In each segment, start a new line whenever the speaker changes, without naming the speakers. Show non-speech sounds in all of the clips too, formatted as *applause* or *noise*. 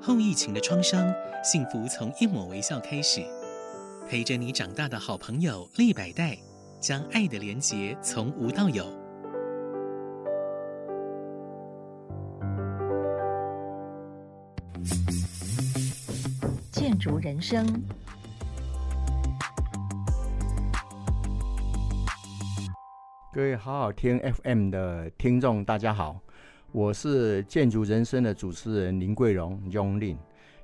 后疫情的创伤，幸福从一抹微笑开始。陪着你长大的好朋友立百代，将爱的连结从无到有。
建筑人生，
各位好好听 FM 的听众，大家好，我是建筑人生的主持人林桂荣 Yong Lin。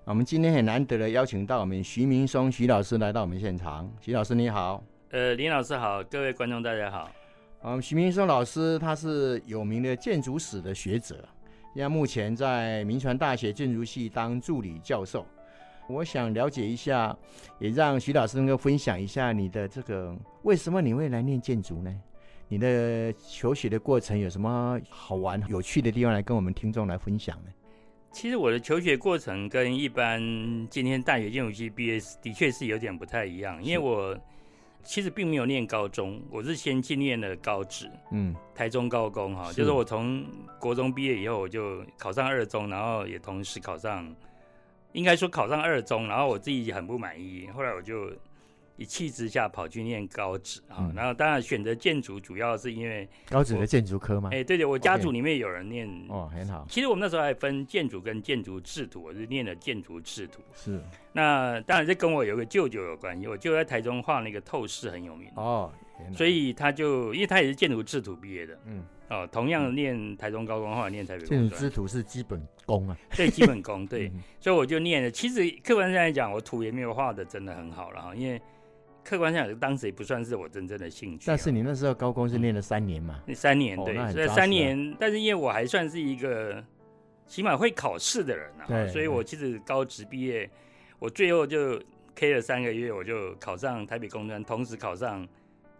那我们今天很难得的邀请到我们徐明松徐老师来到我们现场，徐老师你好。
呃，林老师好，各位观众大家好。
嗯，徐明松老师他是有名的建筑史的学者，那目前在民传大学建筑系当助理教授。我想了解一下，也让徐老师能够分享一下你的这个为什么你会来念建筑呢？你的求学的过程有什么好玩、有趣的地方来跟我们听众来分享呢？
其实我的求学过程跟一般今天大学建筑系毕业的确是有点不太一样，因为我其实并没有念高中，我是先去念了高职，
嗯，
台中高工哈，
是
就是我从国中毕业以后，我就考上二中，然后也同时考上，应该说考上二中，然后我自己很不满意，后来我就一气之下跑去念高职啊
嗯，
然后当然选择建筑主要是因为，
高职的建筑科吗？
哎，对对，我家
啊 OK
族里面有人念
哦，很好，
其实我们那时候还分建筑跟建筑制图，我是念的建筑制图。
是
那当然这跟我有个舅舅有关系，我舅舅在台中画那个透视很有名，
哦，原来
所以他就因为他也是建筑制图毕业的
嗯，
哦，同样念台中高工，后来念台北
建
工
筑之
专，
徒是基本功啊，
对基
*laughs*
本功对，
嗯
所以我就念了。其实客观上来讲，我图也没有画的真的很好了哈，因为客观上来讲当时也不算是我真正的兴趣啊。
但是你那时候高工是念了三年嘛，
那三年
哦
对
那，很
所以
扎实啊
三年，但是因为我还算是一个起码会考试的人
对
啊，所以我其实高职毕业，我最后就 K 了三个月，我就考上台北工专，同时考上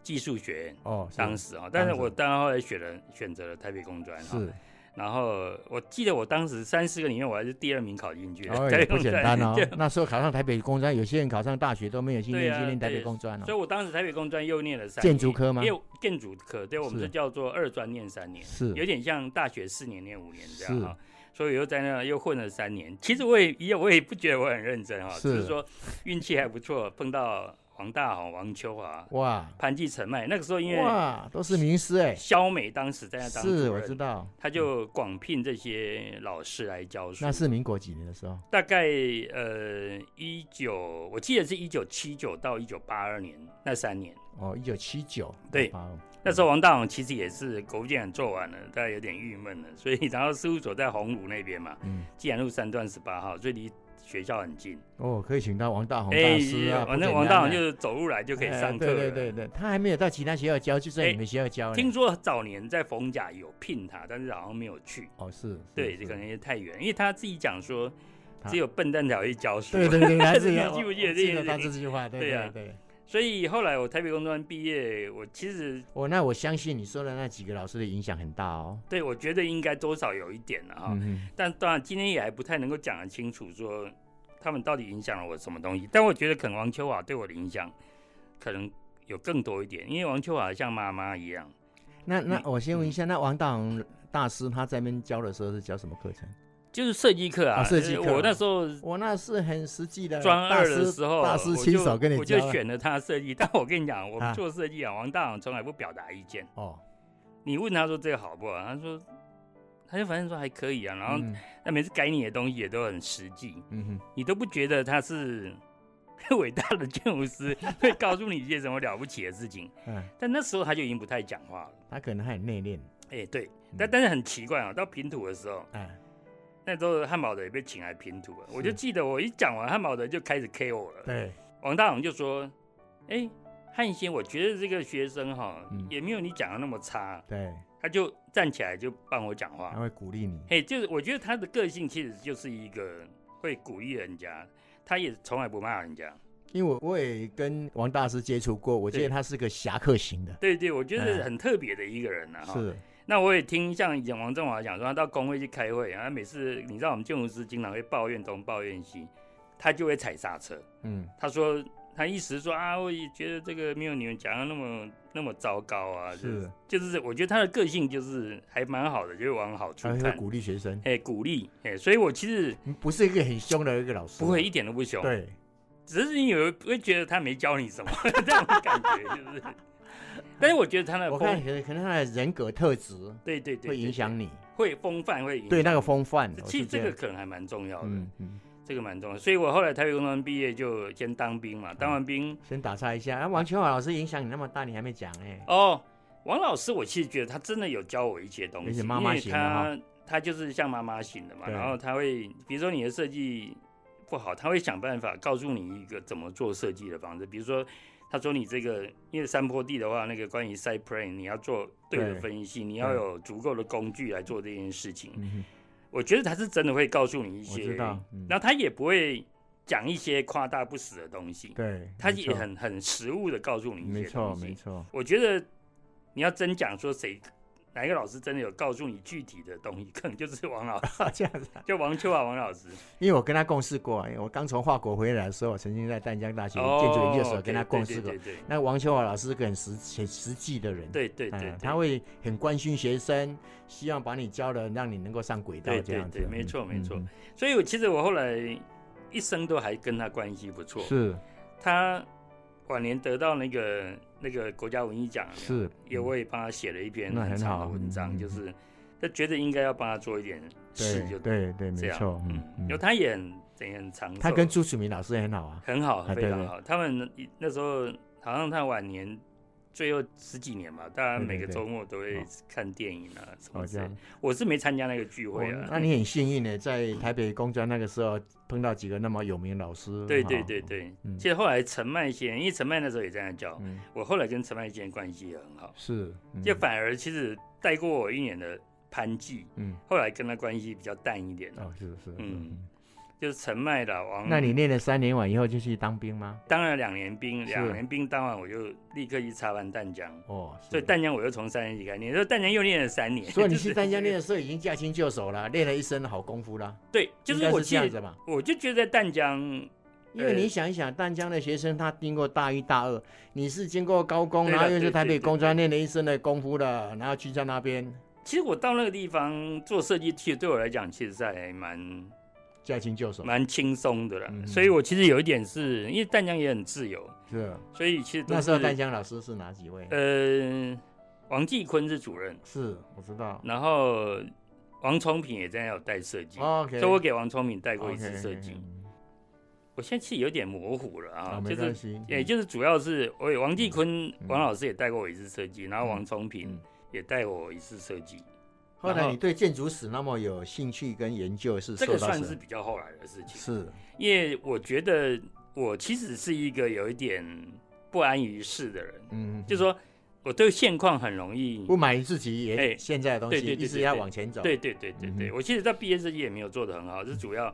技术学院。
哦，是
当啊时啊，但是
当时
我当然后来选了选择了台北工专哈，
是，
然后我记得我当时三四个里面我还是第二名考进去的， *laughs*
哦，
台
也
北
不
工
简
专
单哦
对。
那时候考上台北工专，有些人考上大学都没有去
对
念，
啊
去念台北
对
工专
所以
哦。
我当时台北工专又念了三
建
年
筑科吗
因为建筑科，对，我们
是
是叫做二专念三年。
是
有点像大学四年念五年这样哈、所以又在那又混了三年。其实我也也我也不觉得我很认真哈、
是
只是说运气还不错，碰到黄大豪、王秋华、
哇
潘继成迈。那个时候因为
哇，都是名师哎，
肖美当时在那当
是
主
我知
任，
道，
他就广聘这些老师来教书。
那是民国几年的时候，
大概呃一九，我记得是一九七九到一九八二年那三年。
哦，一九七九，
对
哦
那时候王大宏其实也是国务院做完了，大家有点郁闷了，所以然后事务所在鸿儒那边嘛，
嗯，
既然路三段十八号，所以离学校很近。哎
哦，可以请到王大宏大师啊，
反
不简单
正
啊
王大宏就是走路来就可以
哎
上课、哎
对对对。对，他还没有到其他学校教，就在你们学校教呢。
听说早年在逢甲有聘他，但是好像没有去。
哦，是，是
对，
是
这可能也太远，因为他自己讲说，
他
只有笨蛋才会教
*laughs*
书。啊
对对对，他自己
*laughs* 你记不记得
我哦
这
记
个
得他这句话？对
对啊
对对。
所以后来我台北工专毕业，我其实
哦，那我相信你说的那几个老师的影响很大哦。
对我觉得应该多少有一点了哈、
嗯
但当然今天也还不太能够讲得清楚，说他们到底影响了我什么东西。但我觉得可能王秋华对我的影响可能有更多一点，因为王秋华像妈妈一样。
哼，那那
你
我先问一下，那王大宏大师他在那边教的时候是教什么课程？
就是设计课啊，
啊设计课
就是我那时候
我那是很实际的，
专
大
二
师
的时候，
大师
我就
亲手跟你
我
教
就
的。
选了他设计。但我跟你讲，我
啊
们做设计啊，王大航从来不表达意见。
哦，
你问他说这个好不好，他说，他就反正说还可以啊。然后
嗯
他每次改你的东西也都很实际，
嗯
你都不觉得他是 *laughs* 伟大的建筑师，会告诉你一些什么了不起的事情。
哼嗯，
但那时候他就已经不太讲话了。
他可能还很内敛，
哎，对
嗯，
但但是很奇怪啊，到平土的时候，
哎，
那时候汉堡德也被请来平土了。我就是记得我一讲完汉堡德就开始 K 我了。
对，
王大勇就说：“哎、汉先，我觉得这个学生哈、
嗯
也没有你讲的那么差。
对，”
他就站起来就帮我讲
他
话。
会鼓励你，
嘿，就是我觉得他的个性其实就是一个会鼓励人家，他也从来不骂人家。
因为我我也跟王大师接触过，我觉得
对
他是个侠客型的，
对对，我觉
哎
得很特别的一个人呐、哈。
是，
那我也听像以前王振华讲说，他到工会去开会，然后每次你知道我们建筑师经常会抱怨东抱怨西，他就会踩刹车。
嗯，
他说他一时说啊，我也觉得这个没有你们讲的那么那么糟糕啊，就是
是，
就是我觉得他的个性就是还蛮好的，就是往好处
他会
看，
鼓励学生，
哎、鼓励，哎、所以我其实
不是一个很凶的一个老师，
不会一点都不凶，，
啊对，
只是你有会觉得他没教你什么 *laughs* 这种感觉，就是，但是我觉得他的
我
风，
看可能可能他的人格特质
对对对，
会影响
你，
你
会风范会影响
对那个
你，
风范。我
其实
是
这
样
个可能还蛮重要的，
嗯嗯，
这个蛮重要的，所以我后来台北工专毕业就先当兵嘛，当
嗯
完兵。
先打岔一下，啊，王秋华老师影响你那么大，你还没讲哎、
哦，王老师，我其实觉得他真的有教我一些东
而
西，
且妈妈
因为
型的哈
他他就是像妈妈型的嘛，
对
然后他会，比如说你的设计不好，他会想办法告诉你一个怎么做设计的方式，比如说。他说：“你这个，因为山坡地的话，那个关于 side plane，你要做对的
对
分析，你要
对
有足够的工具来做这件事情。
嗯
我觉得他是真的会告诉你一
哼，我
些
知，道，嗯、
然后他也不会讲一些夸大不实的东西，
对，
他
没
也
错，
很很实务的告诉你一
没
些东
错
西。
没错，
我觉得你要真讲说谁哪一个老师真的有告诉你具体的东西，可能就是王老师，
*laughs* 这样子啊，
就王秋啊，王老师。
因为我跟他共事过啊，因为我刚从法国回来的时候，我曾经在淡江大学
哦
建筑研究所
对
跟他共事过。
对对
那王秋华老师是个很实很实际的人，
对对对对对
嗯，他会很关心学生，希望把你教的让你能够上轨道
对
这
对
样子。
对，没错
嗯
没错
嗯。
所以我其实我后来一生都还跟他关系不错。
是
他晚年得到那个那个国家文艺奖，
是，
也我也帮他写了一篇
那
很
很
长
好
的文
嗯
章，
嗯
就是他觉得应该要帮他做一点事，就
对对对，
这
没
样
错，
嗯
嗯，，
因为
嗯
他也很也很长寿。
他跟朱楚明老师也很好啊，
很好，
啊
非
对
常
对
好。他们那时候好像他晚年最后十几年吧，大家
对对
每个
对
周末都会
哦
看电影啊什么
哦
之
这
类的
样。。
我是没参加那个聚
我
会啊。
哦那你很幸运呢，在台北工专那个时候碰到几个那么有名的老师。
对
哈
对对，对，
嗯
其实后来陈麦先，因为陈麦那时候也在那教，
嗯，
我后来跟陈麦先关系也很好，
是，嗯
就反而其实带过我一年的潘季，
嗯，
后来跟他关系比较淡一点，
哦，是是，
嗯
嗯。
就是陈麦啦，王。
那你念了三年完以后就去当兵吗？
当了两年兵，
是
两年兵当完我就立刻去插班淡江，
哦，是
所以淡江我又从三年级开始念，说淡江又念了三年，
所以你
就
去
是
丹江练的时候已经驾轻就熟了，练了一身好功夫了。
对，就
应
是
该
我
是这
记
样
得，
子嘛，
我就觉得在淡江，
因为
呃
你想一想，淡江的学生他经过大一、大二，你是经过高工，
对啦
然后又
对
是台
对
北
对
工专
对
练了一身的功夫了，然后去在那边
其实我到那个地方做设计，其实对我来讲，其实还蛮
驾轻就熟，
蛮轻松的啦。
嗯
所以我其实有一点是因为淡江也很自由，
是。
所以其实都
那时候淡
是
江老师是哪几位？
呃，王继坤是主任，
是，我知道。
然后王聪平也在那有带设计，
哦 OK，
嗯
嗯
所以我给王聪平带
带
过一次设计。我现在其实有点模糊了啊
啊，，
就
没
是
关系。
也就是主要是我有王继坤、
嗯
王老师也带过我一次设计，然后
嗯
王聪平
嗯
也带我一次设计，
后
然
来
后
你对建筑史那么有兴趣跟研究是
这
受
个
到
算
什
是
么？
比较后来的事情。
是
因为我觉得我其实是一个有一点不安于世的人，
嗯，
就是说我对现况很容易
不。满于自己
哎
也现在的东
对
西，
对对
一直
对
要
对
往前走。
对对对对对，
嗯
我其实在毕业设计也没有做得很好，是主要，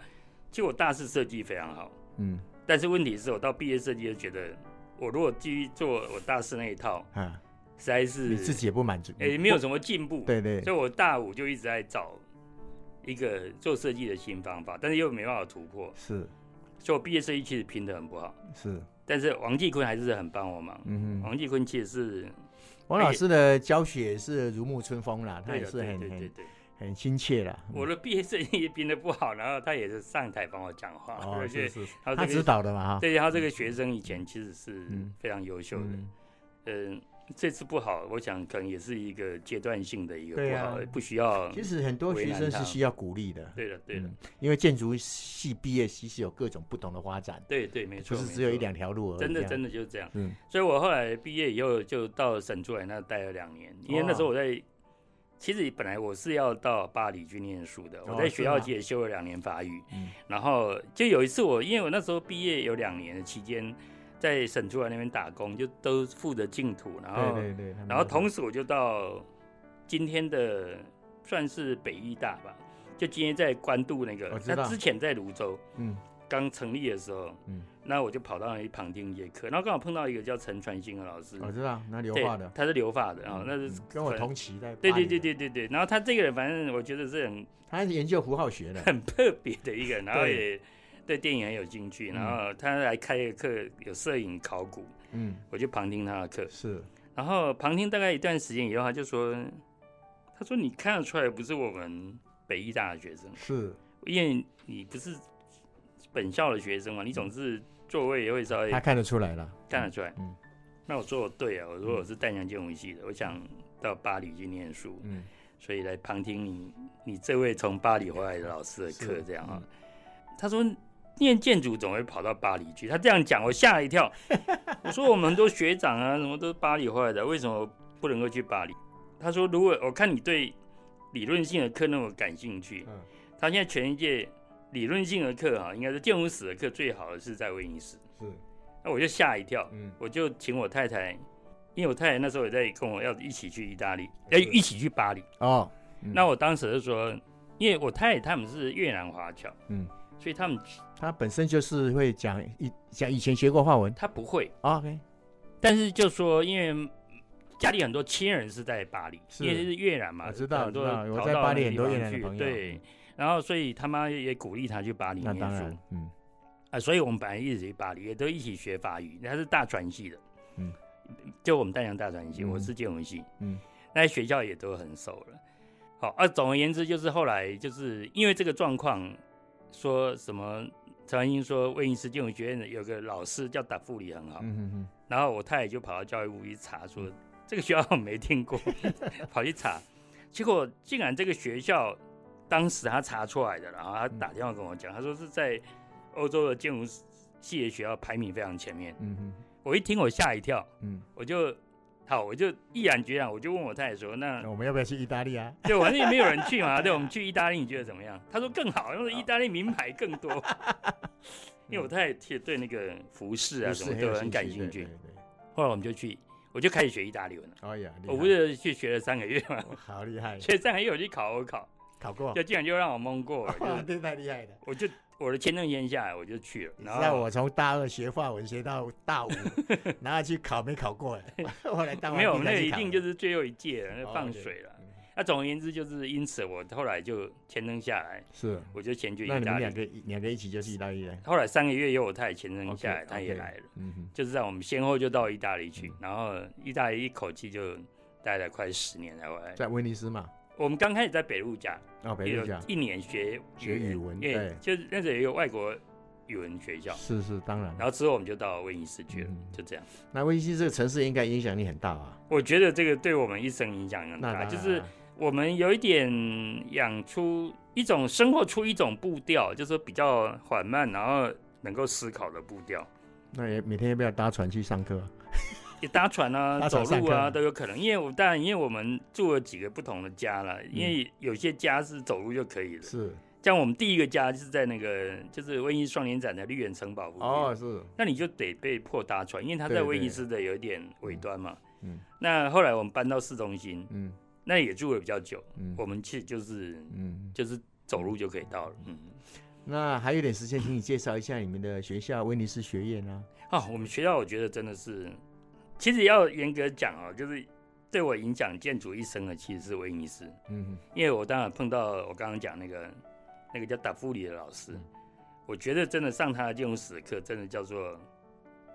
其实我大四设计非常好，
嗯
但是问题是我到毕业设计就觉得，我如果继续做我大四那一套，
啊，
实在是哎
你自己也不满足，
也没有什么进步。
对对
所以我大五就一直在找一个做设计的新方法，但是又没办法突破，
是
所以我毕业设计其实拼得很不好。
是，
但是王继坤还是很帮我忙。
嗯哼，
王继坤其实是，
王老师的教学也是如沐春风啦，他
哎对
也
的，
是
对
很
对对
很
对。
很亲切啦。嗯
我的毕业设计也拼得不好，然后他也是上台帮我讲话，
哦
*laughs* 而且
是是，是
他这
他
个
指导的嘛哈，
对，然后这个学生以前其实是
嗯
非常优秀的，
嗯，
嗯，这次不好，我想可能也是一个阶段性的一个
对
不
啊
好，不需要。
其实很多学
为
生
难他
是需要鼓励的，
对了，对了
嗯，，因为建筑系毕业其实有各种不同的发展，
对对，没
不
错，
是
没
只有
错
一两条路而已。啊
真的真
的，
的就是这样。
嗯，
所以我后来毕业以后就到沈出来那待了两年，因为那时
哦
候我在，其实本来我是要到巴黎去念书的，我在学校其实修了两年法语，
哦嗯
然后就有一次我，因为我那时候毕业有两年的期间，在沈出来那边打工，就都负责净土，然后
对对嗯对，他们
然后
那时候
同时我就到今天的算是北医大吧，就今天在关渡那个
我，知
那
道
之前在泸州，
嗯
刚成立的时候，
嗯
那我就跑到那里旁听一节课，然后刚好碰到一个叫陈传兴的老师，
我知道那哦留
嗯对
话的，
他是留发的啊、那是
嗯跟我
很
同期在，
对对对，对对对，然后他这个人反正我觉得是很 *laughs*
他是研究符号学的，
很特别的一个人，然后
对
也对电影很有兴趣，然后他来开一个课，有摄影考古，
嗯，
我就旁听他的课，
是，
然后旁听大概一段时间以后，他就说，他说你看得出来不是我们北医大的学生，
是，
因为你不是本校的学生嘛，你
嗯
总是座位也会稍微
他看得出来了，
看得出来。
嗯
那我说我对啊，我说我是淡江建文系的，我想到巴黎去念书，
嗯，
所以来旁听你你这位从巴黎回来的老师的课
是
这样
嗯。
啊他说念建筑总会跑到巴黎去，他这样讲我吓一跳。我说我们很多学长啊，什么都是巴黎回来的，为什么不能够去巴黎？他说如果我看你对理论性的课那么感兴趣，
嗯
他现在全世界理论性的课啊，应该是建筑史的课最好的是在威尼斯。
是，
那我就吓一跳，
嗯
我就请我太太，因为我太太那时候也在跟我要一起去意大利，
是
要一起去巴黎。
哦，嗯
那我当时就说，因为我太太他们是越南华侨，
嗯，
所以他们
他本身就是会讲以讲以前学过画文
他不会，
啊，OK，
但是就说因为。家里很多亲人是在巴黎，
是
因为是越南嘛，
我知道
很多
知道我
逃
在
到
巴
那
黎
个
很多
地方
越南的
去
朋友
对
嗯，
然后所以他妈也鼓励他去巴黎
那
念
当
书
然，嗯
啊，所以我们本来一直去巴黎，也都一起学法语。他是大传系的，
嗯，
就我们丹阳大传系，
嗯
我是建文系，
嗯，
那在学校也都很熟了。好，啊，总而言之，就是后来就是因为这个状况，说什么曹安英说威尼斯建筑学院的有个老师叫达富里很好，
嗯嗯嗯，
然后我太太就跑到教育部去查说，这个学校我没听过，跑去查，结果竟然这个学校当时他查出来的，然后他打电话跟我讲，他说是在欧洲的建筑系的学校排名非常前面。
嗯嗯
我一听我吓一跳，
嗯，
我就好，我就毅然决然，我就问我太太说，那
那我们要不要去意大利啊？
对，反正也没有人去嘛，对，我们去意大利，你觉得怎么样？他说更好，因为意大利名牌更多，因为我太太对那个服饰啊
不
什么
是
都
有
很感
兴
兴
趣
趣
对。对对
后来我们就去，我就开始学意大利文了。
哎呀，厉
我
害哎
不是去学了三个月嘛，
哇好厉害，
学三个月我去考欧考，
考过
就，竟然就让我蒙过了，
哇，
就
这太厉害了。
我就我的签证签下来，我就去了。
你知
然
道
后
我从大二学法文学到大
*laughs*
五，然后去考没考过 *laughs* 哎，后来当完
没有，
兵
那
才去
一
考
定
的
就是最后一届了，那
哦
放
对
水了。
嗯
那总而言之，就是因此我后来就签证下来，
是。
我就前去
那
意
你
大
们两
利。
个一两个一起就是意大利人，
后来三个月以后，我太太签证
OK，
下来，她也
OK
来了。
嗯哼，
就是在我们先后就到意大利去
嗯，
然后意大利一口气就待了快十年才回来。
在威尼斯嘛，
我们刚开始在北路家，
哦，北
也
路
有
家
一年学
学语文
因为
对
就是那时候也有外国语文学校，
是是当然。
然后之后我们就到威尼斯去了
嗯，
就这样。
那威尼斯这个城市应该影响力很大啊。
我觉得这个对我们一生影响很
那当
大，
然
就是
啊
我们有一点养出一种生活出一种步调，就是比较缓慢，然后能够思考的步调。
那也每天要不要搭船去上课啊？
也搭船啊、
搭
走
船上
路
课
啊
吗
都有可能。因为我当然，因为我们住了几个不同的家了，因为有些家是走路就可以了。
是
像我们第一个家就是在那个就是威尼斯双年展的绿园城堡附近，
哦，是
那你就得被迫搭船，因为它在
对
威尼
对
斯的有一点尾端嘛。
嗯
那后来我们搬到市中心，
嗯
那也住了比较久，
嗯
我们去就是
嗯。
就是走路就可以到了。嗯，
那还有点时间，请你介绍一下你们的学校——威尼斯学院啊。
啊，我们学校我觉得真的是，其实要严格讲哦，就是对我影响建筑一生的其实是威尼斯。
嗯
因为我当然碰到我刚刚讲那个那个叫达夫里的老师
嗯，
我觉得真的上他的建筑史的课，真的叫做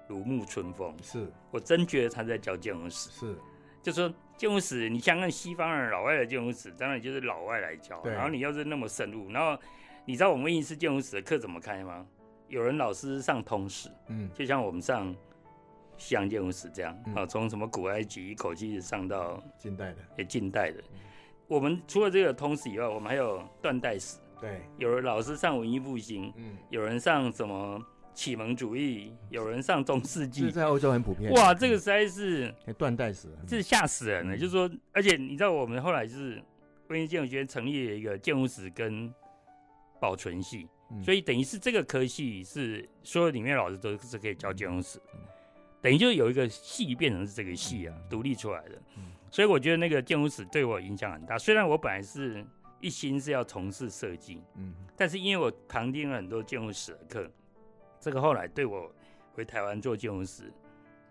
如沐春风
哼，。是
我真觉得他在教建筑史，
是，
就说建筑史，你像那西方人老外的建筑史，当然就是老外来教，
对
然后你要是那么深入，然后你知道我们威尼斯建筑史的课怎么开吗？有人老师上通史，
嗯
就像我们上西洋建筑史这样
嗯
啊，从什么古埃及一口气上到
近代的，
也近代的。
嗯
我们除了这个通史以外，我们还有断代史，
对，
有人老师上文艺复兴，
嗯，
有人上什么启蒙主义，有人上中世
这
纪。
在欧洲很普遍。嗯
哇，这个实在是
还断代史，
这吓死人了！
嗯
就是说，而且你知道，我们后来就是威尼斯建筑学院成立了一个建筑史跟保存系，
嗯
所以等于是这个科系是所有里面的老师都是可以教建筑史
嗯，
等于就有一个系变成是这个系啊
嗯，
独立出来的
嗯。
所以我觉得那个建筑史对我影响很大。虽然我本来是一心是要从事设计，
嗯
但是因为我旁听了很多建筑史的课，这个后来对我回台湾做建筑史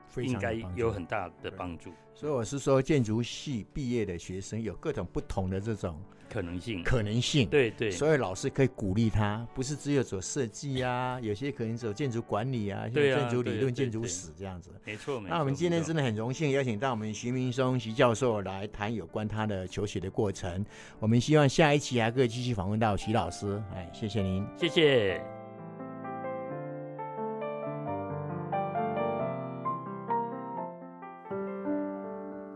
非
应
常有
该
帮助
有很大的帮助，
所以我是说，建筑系毕业的学生有各种不同的这种
可能性，啊
可能性。
对对，
所以老师可以鼓励他，不是只有走设计啊，有些可能走建筑管理啊，像
对啊
建筑
对
理论、
对
建筑
对
史这样子。
没错没错。
那我们今天
没错
真的很荣幸邀请到我们徐明松徐教授来谈有关他的求学的过程。我们希望下一期还可以继续访问到徐老师。哎，谢谢您。
谢谢。